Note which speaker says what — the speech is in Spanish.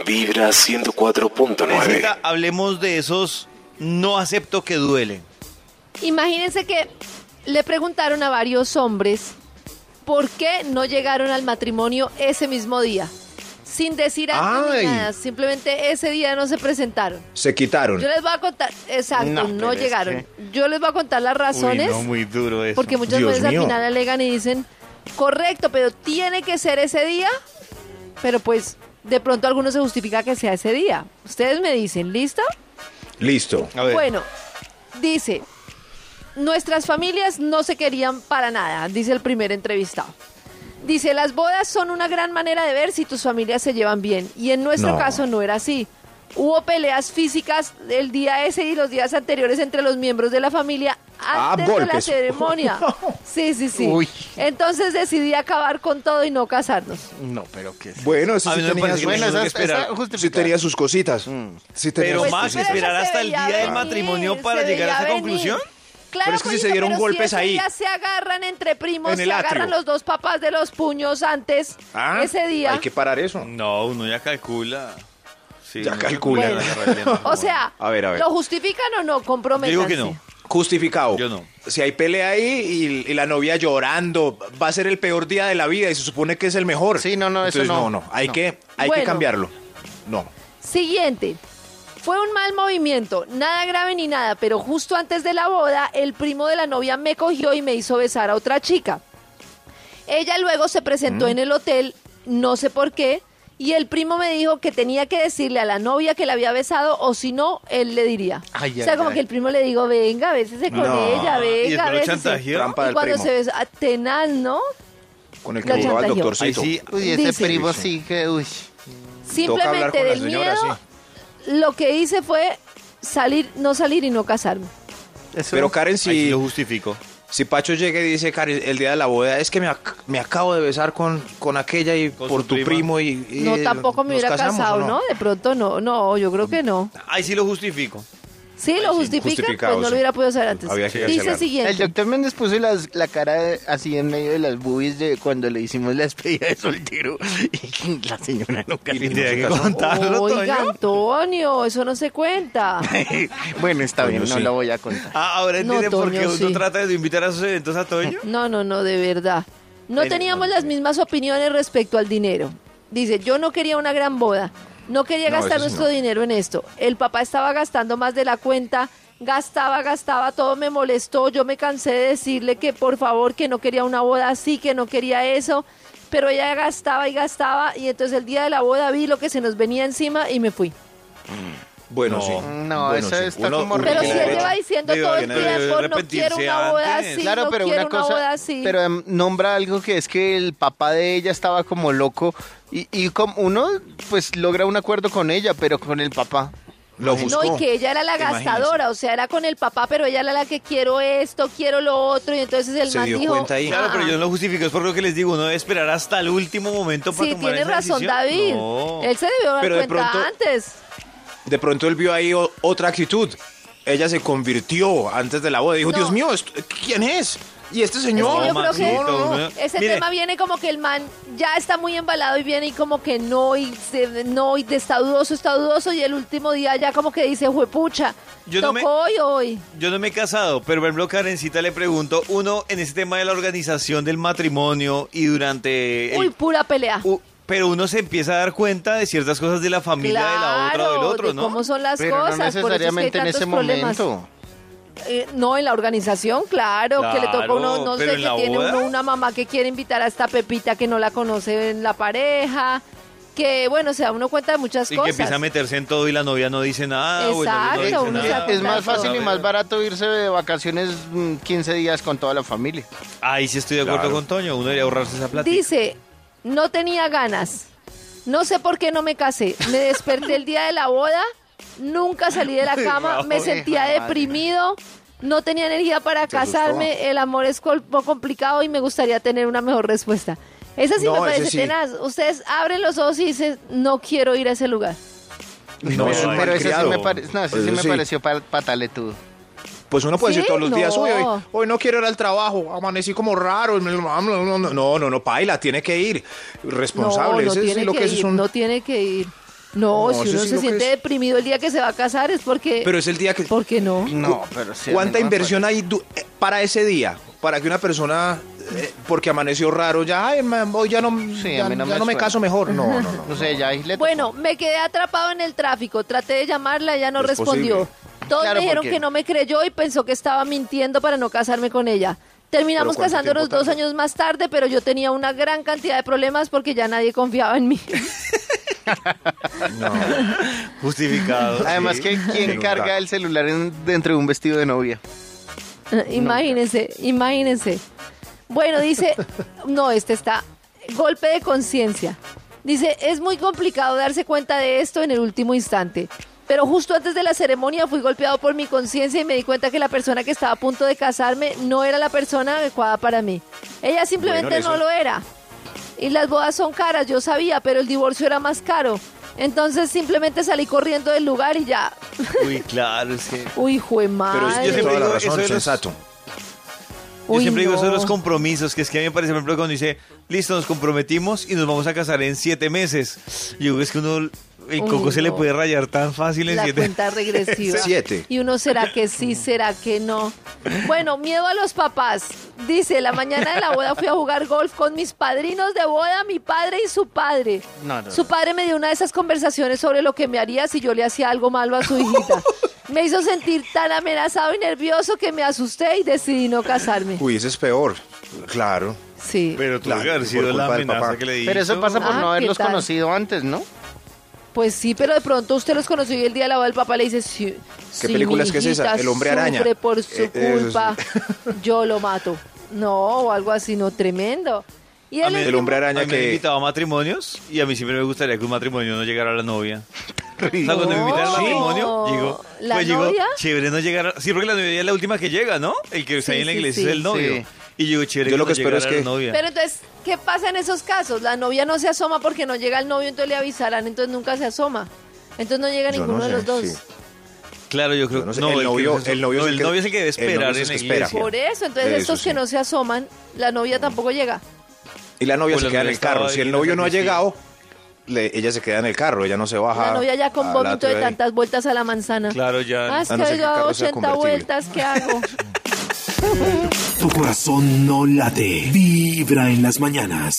Speaker 1: Vibra 104.9.
Speaker 2: Karencita, hablemos de esos no acepto que duelen.
Speaker 3: Imagínense que le preguntaron a varios hombres por qué no llegaron al matrimonio ese mismo día. Sin decir antes ni
Speaker 4: Ay.
Speaker 3: nada, simplemente ese día no se presentaron.
Speaker 4: Se quitaron.
Speaker 3: Yo les voy a contar, exacto,
Speaker 2: No,
Speaker 3: no,
Speaker 2: pero es
Speaker 3: llegaron. Yo les voy a contar las razones,
Speaker 2: Uy, no, muy duro eso.
Speaker 3: porque muchas
Speaker 4: Dios
Speaker 3: veces
Speaker 4: mío.
Speaker 3: al final alegan y dicen, correcto, pero tiene que ser ese día, pero pues de pronto algunos se justifica que sea ese día. Ustedes me dicen, ¿listo?
Speaker 4: Listo.
Speaker 2: A ver,
Speaker 3: Bueno, dice, nuestras familias no se querían para nada, dice el primer entrevistado. Dice, las bodas son una gran manera de ver si tus familias se llevan bien. Y en nuestro
Speaker 4: No.
Speaker 3: caso no era así. Hubo peleas físicas el día ese y los días anteriores entre los miembros de la familia
Speaker 4: Ah,
Speaker 3: antes de la
Speaker 4: golpes.
Speaker 3: ceremonia. Sí, sí, sí.
Speaker 2: Uy.
Speaker 3: Entonces decidí acabar con todo y no casarnos.
Speaker 2: no, pero qué es.
Speaker 4: Bueno, eso
Speaker 2: A
Speaker 4: sí
Speaker 2: mí no me
Speaker 4: tenía,
Speaker 2: parece
Speaker 4: sus,
Speaker 2: que
Speaker 5: Bueno,
Speaker 2: Eso
Speaker 5: esa
Speaker 2: que
Speaker 5: está-
Speaker 2: esperar.
Speaker 5: está
Speaker 4: sí
Speaker 5: justificada.
Speaker 4: tenía sus cositas. Sí tenía
Speaker 2: Mm. Pero Max,
Speaker 4: sus
Speaker 3: pero
Speaker 4: cositas.
Speaker 2: esperar
Speaker 3: eso se
Speaker 2: hasta el
Speaker 3: veía
Speaker 2: día del
Speaker 3: venir,
Speaker 2: matrimonio
Speaker 3: se
Speaker 2: para llegar a esa
Speaker 3: veía venir.
Speaker 2: conclusión.
Speaker 3: Claro,
Speaker 4: Pero es que si
Speaker 3: Polito,
Speaker 4: se dieron
Speaker 3: pero
Speaker 4: golpes
Speaker 3: ese
Speaker 4: ahí.
Speaker 3: día se agarran entre primos,
Speaker 4: En el
Speaker 3: se agarran
Speaker 4: atrio.
Speaker 3: los dos papás de los puños antes.
Speaker 4: Ah,
Speaker 3: ese día.
Speaker 4: Hay que parar eso.
Speaker 2: No, uno ya calcula. Sí,
Speaker 4: Ya
Speaker 2: uno
Speaker 4: calcula.
Speaker 2: la realidad.
Speaker 3: O sea,
Speaker 4: A ver, a ver.
Speaker 3: ¿lo justifican o no?
Speaker 2: Yo
Speaker 3: Comprométanse.
Speaker 2: digo que no.
Speaker 4: Justificado.
Speaker 2: Yo no.
Speaker 4: Si hay pelea ahí y, y la novia llorando, va a ser el peor día de la vida y se supone que es el mejor.
Speaker 5: Sí, no, no, eso
Speaker 4: Entonces,
Speaker 5: no.
Speaker 4: No, no, hay,
Speaker 5: No.
Speaker 4: Que, hay
Speaker 3: Bueno.
Speaker 4: que cambiarlo. No.
Speaker 3: Siguiente. Fue un mal movimiento, nada grave ni nada, pero justo antes de la boda, el primo de la novia me cogió y me hizo besar a otra chica. Ella luego se presentó en el hotel, no sé por qué, y el primo me dijo que tenía que decirle a la novia que la había besado o si no, él le diría.
Speaker 5: Ay,
Speaker 3: o sea,
Speaker 5: ay,
Speaker 3: como
Speaker 5: ay.
Speaker 3: que el primo le dijo, venga, bésese con
Speaker 4: No.
Speaker 3: ella,
Speaker 2: Y
Speaker 3: venga,
Speaker 2: después lo
Speaker 3: bésese".
Speaker 2: chantajeó.
Speaker 4: Trampa
Speaker 3: y
Speaker 4: del
Speaker 3: cuando
Speaker 4: primo.
Speaker 3: se besa, ah, tenaz, ¿no?
Speaker 4: Con el que
Speaker 3: Lo
Speaker 4: jugaba el
Speaker 3: chantajeó.
Speaker 2: Ahí
Speaker 4: doctorcito.
Speaker 2: sí,
Speaker 5: Uy, ese
Speaker 3: Dice.
Speaker 5: primo sí que, uy.
Speaker 4: Toca hablar
Speaker 3: Simplemente
Speaker 4: con la
Speaker 3: del
Speaker 4: señora,
Speaker 3: miedo, lo que hice fue salir, no salir y no casarme.
Speaker 5: Eso
Speaker 4: Pero
Speaker 5: es-
Speaker 4: Karen,
Speaker 2: ahí sí
Speaker 4: si,
Speaker 2: lo justifico.
Speaker 4: si Pacho llega y dice, Karen, el día de la boda es que me, ac- me acabo de besar con, con aquella y
Speaker 2: Con
Speaker 4: por
Speaker 2: su
Speaker 4: tu
Speaker 2: prima.
Speaker 4: primo y, y
Speaker 3: No, tampoco me
Speaker 4: nos
Speaker 3: hubiera
Speaker 4: casamos,
Speaker 3: casado,
Speaker 4: ¿o
Speaker 3: ¿no? De pronto no, no, yo creo que no.
Speaker 2: Ahí sí lo justifico.
Speaker 3: Sí, lo justifica, pues
Speaker 4: justificado,
Speaker 3: no
Speaker 4: sí.
Speaker 3: lo hubiera podido hacer antes.
Speaker 4: Había que
Speaker 3: Dice
Speaker 4: cancelarlo.
Speaker 5: El
Speaker 3: siguiente.
Speaker 5: doctor Méndez puso las- la cara de- así en medio de las boobies de cuando le hicimos la despedida de soltero y la señora nunca se
Speaker 2: Tendría que
Speaker 5: casó.
Speaker 2: contarlo,
Speaker 3: Oiga,
Speaker 2: Toño.
Speaker 3: Antonio, eso no se cuenta.
Speaker 5: Bueno, está
Speaker 4: Bueno,
Speaker 5: bien, no
Speaker 4: sí.
Speaker 5: lo voy a contar.
Speaker 2: Ah, ahora
Speaker 3: No,
Speaker 2: entienden por qué
Speaker 3: Toño,
Speaker 2: uno
Speaker 3: sí.
Speaker 2: trata de invitar a sus eventos a Toño.
Speaker 3: No, no, no, de verdad. No
Speaker 2: Ay, no,
Speaker 3: teníamos
Speaker 2: no,
Speaker 3: las
Speaker 2: no.
Speaker 3: mismas opiniones respecto al dinero. Dice, yo no quería una gran boda. No quería
Speaker 4: No,
Speaker 3: gastar
Speaker 4: eso sí
Speaker 3: nuestro
Speaker 4: no.
Speaker 3: dinero en esto. El papá estaba gastando más de la cuenta, gastaba, gastaba, todo me molestó. Yo me cansé de decirle que por favor, que no quería una boda así, que no quería eso. Pero ella gastaba y gastaba y entonces el día de la boda vi lo que se nos venía encima y me fui.
Speaker 4: Bueno,
Speaker 2: No.
Speaker 4: sí.
Speaker 5: No,
Speaker 4: Bueno,
Speaker 5: eso
Speaker 4: sí.
Speaker 5: está
Speaker 4: Uno-
Speaker 5: como
Speaker 4: uno
Speaker 3: Pero
Speaker 4: que
Speaker 3: si
Speaker 4: la
Speaker 3: él
Speaker 4: derecha.
Speaker 3: lleva diciendo
Speaker 2: Digo,
Speaker 3: todo el
Speaker 2: bien, debe
Speaker 3: tiempo, no quiero
Speaker 2: arrepentirse
Speaker 3: una boda
Speaker 2: antes".
Speaker 3: así,
Speaker 5: Claro,
Speaker 3: no
Speaker 5: pero
Speaker 3: quiero
Speaker 5: una
Speaker 3: una
Speaker 5: cosa,
Speaker 3: boda así.
Speaker 5: pero em, nombra algo que es que el papá de ella estaba como loco y, y como uno pues logra un acuerdo con ella, pero con el papá.
Speaker 4: Lo
Speaker 3: No, y
Speaker 4: buscó.
Speaker 3: que ella era la
Speaker 2: Imagínense.
Speaker 3: gastadora, o sea, era con el papá, pero ella era la que quiero esto, quiero lo otro, y entonces el
Speaker 4: Se
Speaker 3: man
Speaker 4: dio
Speaker 3: dijo,
Speaker 4: cuenta ahí.
Speaker 2: Claro,
Speaker 3: "Ah,
Speaker 2: pero yo no lo justifico, es por lo que les digo, uno debe esperar hasta el último momento para
Speaker 3: sí,
Speaker 2: tomar
Speaker 3: tiene
Speaker 2: esa
Speaker 3: razón
Speaker 2: decisión.
Speaker 3: David,
Speaker 2: No.
Speaker 3: él se debió dar
Speaker 4: Pero de
Speaker 3: cuenta
Speaker 4: pronto-
Speaker 3: antes.
Speaker 4: De pronto él vio ahí o- otra actitud. Ella se convirtió antes de la boda. Dijo,
Speaker 3: No.
Speaker 4: Dios mío, esto- ¿quién es? ¿Y este
Speaker 3: es
Speaker 4: señor?
Speaker 3: que yo creo que
Speaker 2: Maxito, uno-
Speaker 3: ese
Speaker 2: Mire,
Speaker 3: tema viene como que el man ya está muy embalado y viene y como que no, y se- no, y está dudoso, está dudoso, y el último día ya como que dice, juepucha,
Speaker 2: Yo no
Speaker 3: tocó
Speaker 2: me-
Speaker 3: hoy o hoy.
Speaker 2: Yo no me he casado, pero por ejemplo, Karencita le pregunto, uno en ese tema de la organización del matrimonio y durante el-
Speaker 3: Uy, pura pelea.
Speaker 2: u- pero uno se empieza a dar cuenta de ciertas cosas de la familia de la otra o del
Speaker 3: Claro,
Speaker 2: otro,
Speaker 3: de
Speaker 2: ¿no?
Speaker 3: cómo son las
Speaker 5: Pero
Speaker 3: cosas.
Speaker 5: no
Speaker 3: por eso es que hay
Speaker 5: necesariamente en
Speaker 3: tantos
Speaker 5: ese
Speaker 3: problemas.
Speaker 5: momento.
Speaker 3: Eh, no, en la organización, claro, que le toca a uno,
Speaker 2: Claro,
Speaker 3: no sé,
Speaker 2: pero en
Speaker 3: que
Speaker 2: la
Speaker 3: tiene
Speaker 2: boda.
Speaker 3: uno una mamá que quiere invitar a esta Pepita que no la conoce en la pareja, que bueno, se da uno cuenta de muchas
Speaker 2: Y que
Speaker 3: cosas.
Speaker 2: empieza a meterse en todo y la novia no dice nada. o el novio
Speaker 3: Exacto,
Speaker 2: no
Speaker 3: uno
Speaker 2: dice
Speaker 3: se da
Speaker 2: nada.
Speaker 3: cuenta
Speaker 5: Es más
Speaker 3: Exacto.
Speaker 5: fácil y más barato irse de vacaciones mm, 15 días con toda la familia.
Speaker 2: Ahí sí estoy de acuerdo
Speaker 4: Claro.
Speaker 2: con Toño, uno debería ahorrarse esa plata.
Speaker 3: Dice, no tenía ganas, no sé por qué no me casé, me desperté el día de la boda, nunca salí de la cama, me
Speaker 5: Hijo de
Speaker 3: sentía
Speaker 5: madre.
Speaker 3: deprimido. No tenía energía para casarme, el amor es col- complicado y me gustaría tener una mejor respuesta. Esa sí
Speaker 4: No,
Speaker 3: me
Speaker 4: ese
Speaker 3: parece
Speaker 4: sí.
Speaker 3: tenaz. Ustedes abren los ojos y dicen, no quiero ir a ese lugar.
Speaker 4: No,
Speaker 5: pero
Speaker 4: es un
Speaker 5: pero ese sí
Speaker 4: malcriado.
Speaker 5: me, pare- no, ese
Speaker 4: Eso
Speaker 5: Pues sí me
Speaker 4: sí.
Speaker 5: pareció pa- pataletudo.
Speaker 4: Pues uno puede
Speaker 3: ¿Sí?
Speaker 4: decir todos los días, uy,
Speaker 3: No.
Speaker 4: hoy, hoy no quiero ir al trabajo, amanecí como raro. me- No, no, no, no, no, paila, tiene que ir.
Speaker 3: No,
Speaker 4: Responsable,
Speaker 3: no
Speaker 4: ese es
Speaker 3: tiene
Speaker 4: lo
Speaker 3: que,
Speaker 4: que es
Speaker 3: ir,
Speaker 4: un...
Speaker 3: no tiene que ir. No,
Speaker 4: No,
Speaker 3: si
Speaker 4: eso
Speaker 3: uno
Speaker 4: sí
Speaker 3: se
Speaker 4: no
Speaker 3: siente
Speaker 4: crees.
Speaker 3: deprimido el día que se va a casar es porque...
Speaker 4: Pero es el día que...
Speaker 3: ¿Por qué no?
Speaker 5: No, pero sí. a mí
Speaker 4: ¿Cuánta
Speaker 5: no me
Speaker 4: inversión hay du- eh, para ese día? Para que una persona, eh, porque amaneció raro, ya, ay, ma- hoy ya no,
Speaker 5: Sí,
Speaker 4: ya,
Speaker 5: a mí no
Speaker 4: ya no
Speaker 5: me
Speaker 4: me
Speaker 5: suena.
Speaker 4: caso mejor. No, no,
Speaker 5: parece.
Speaker 4: no.
Speaker 5: No sé, ya ahí le
Speaker 3: Bueno, me quedé atrapado en el tráfico. Traté de llamarla, ella no
Speaker 4: Es
Speaker 3: respondió. Todos
Speaker 5: Claro,
Speaker 3: me dijeron
Speaker 5: porque-
Speaker 3: que no me creyó y pensó que estaba mintiendo para no casarme con ella. Terminamos
Speaker 4: Pero ¿cuánto
Speaker 3: casándonos
Speaker 4: tiempo
Speaker 3: dos
Speaker 4: tarda?
Speaker 3: años más tarde, pero yo tenía una gran cantidad de problemas porque ya nadie confiaba en mí.
Speaker 2: Justificado.
Speaker 5: Además
Speaker 2: sí.
Speaker 5: que quién
Speaker 4: Pregunta.
Speaker 5: carga el celular en- dentro de un vestido de novia.
Speaker 3: Eh, imagínense, imagínense. Bueno, dice, no, este está golpe de conciencia. Dice, es muy complicado darse cuenta de esto en el último instante. Pero justo antes de la ceremonia fui golpeado por mi conciencia y me di cuenta que la persona que estaba a punto de casarme no era la persona adecuada para mí. Ella simplemente
Speaker 4: Bueno,
Speaker 3: no
Speaker 4: eso-
Speaker 3: lo era. Y las bodas son caras, yo sabía, pero el divorcio era más caro. Entonces simplemente salí corriendo del lugar y ya.
Speaker 2: Uy, claro, es que...
Speaker 3: Uy, jue
Speaker 4: Pero
Speaker 3: madre.
Speaker 4: yo siempre
Speaker 2: Toda la
Speaker 4: digo,
Speaker 2: razón,
Speaker 4: eso es
Speaker 2: sensato.
Speaker 4: sensato.
Speaker 2: Yo
Speaker 3: Uy,
Speaker 2: siempre digo eso de
Speaker 3: no.
Speaker 2: los compromisos, que es que a mí me parece, por ejemplo, cuando dice, listo, nos comprometimos y nos vamos a casar en siete meses. Yo digo, es que uno, el coco se le
Speaker 3: no.
Speaker 2: puede rayar tan fácil en
Speaker 3: la
Speaker 2: siete
Speaker 3: cuenta regresiva.
Speaker 4: Siete.
Speaker 3: Y uno será que sí, será que no. Bueno, miedo a los papás. Dice, la mañana de la boda fui a jugar golf con mis padrinos de boda, mi padre y su padre.
Speaker 5: No, no,
Speaker 3: su padre me dio una de esas conversaciones sobre lo que me haría si yo le hacía algo malo a su hijita. me hizo sentir tan amenazado y nervioso que me asusté y decidí no casarme.
Speaker 4: Uy, ese es peor. Claro.
Speaker 3: Sí.
Speaker 2: Pero tú
Speaker 4: Claro,
Speaker 2: que haber
Speaker 4: por
Speaker 2: sido la
Speaker 4: culpa del
Speaker 2: amenaza
Speaker 4: papá.
Speaker 2: que le
Speaker 5: Pero eso
Speaker 2: hizo.
Speaker 5: pasa por
Speaker 3: Ah,
Speaker 5: no
Speaker 3: ¿qué
Speaker 5: haberlos
Speaker 3: tal?
Speaker 5: conocido antes, ¿no?
Speaker 3: Pues sí, pero de pronto usted los conoció y el día de la boda el papá le dice, sí,
Speaker 4: ¿Qué
Speaker 3: sí,
Speaker 4: película
Speaker 3: mi
Speaker 4: es que es esa?
Speaker 3: hijita
Speaker 4: El hombre araña.
Speaker 3: sufre por su
Speaker 4: Eh, eso sí.
Speaker 3: culpa, yo lo mato. No, o algo así, no, tremendo. Y
Speaker 2: A
Speaker 3: él
Speaker 2: mí
Speaker 4: El hombre
Speaker 2: A
Speaker 4: araña
Speaker 2: mí me han
Speaker 4: que...
Speaker 2: invitado a matrimonios y a mí siempre me gustaría que un matrimonio no llegara a la novia. O sea, cuando me invitan al
Speaker 3: No.
Speaker 2: matrimonio, digo,
Speaker 3: ¿La
Speaker 2: pues digo,
Speaker 3: novia?
Speaker 2: chévere no llegar. a- Sí, porque la novia es la última que llega, ¿no? El que está
Speaker 3: Sí,
Speaker 2: ahí en la
Speaker 3: sí,
Speaker 2: iglesia
Speaker 3: sí.
Speaker 2: es el novio.
Speaker 5: Sí.
Speaker 2: Y digo, chévere
Speaker 4: Yo lo
Speaker 2: no
Speaker 4: que espero es
Speaker 2: llegara
Speaker 4: que-
Speaker 2: la novia.
Speaker 3: Pero entonces, ¿qué pasa en esos casos? La novia no se asoma porque no llega el novio, entonces le avisarán, entonces nunca se asoma. Entonces no llega
Speaker 4: Yo
Speaker 3: ninguno
Speaker 4: no
Speaker 3: de
Speaker 4: sé,
Speaker 3: los dos.
Speaker 4: sí.
Speaker 2: Claro, yo creo
Speaker 4: Yo no sé,
Speaker 2: no,
Speaker 4: el
Speaker 2: que
Speaker 4: novio-
Speaker 2: no se-
Speaker 4: el novio
Speaker 2: no,
Speaker 4: es el que-
Speaker 2: novio es el que debe
Speaker 4: el novio
Speaker 2: esperar
Speaker 4: es
Speaker 2: en la
Speaker 4: el que espera.
Speaker 2: iglesia.
Speaker 3: Por eso, entonces
Speaker 4: Eso
Speaker 3: estos
Speaker 4: sí.
Speaker 3: que no se asoman, la novia tampoco llega.
Speaker 4: Y la novia
Speaker 2: Pues
Speaker 4: se
Speaker 2: la
Speaker 4: queda en
Speaker 2: novia
Speaker 4: el carro.
Speaker 2: estaba
Speaker 4: Si el
Speaker 2: ahí,
Speaker 4: novio no ha
Speaker 2: sí.
Speaker 4: llegado, le- ella se queda en el carro, ella no se baja.
Speaker 3: La novia ya
Speaker 4: al
Speaker 3: con vómito de
Speaker 4: atrio ahí.
Speaker 3: tantas vueltas a la manzana.
Speaker 2: Claro, ya.
Speaker 3: Ah, es
Speaker 4: A no
Speaker 3: que
Speaker 4: ser que
Speaker 3: yo
Speaker 4: el
Speaker 3: hago
Speaker 4: carro sea
Speaker 3: 80
Speaker 4: convertible.
Speaker 3: vueltas, ¿qué hago?
Speaker 1: Tu corazón no late, vibra en las mañanas.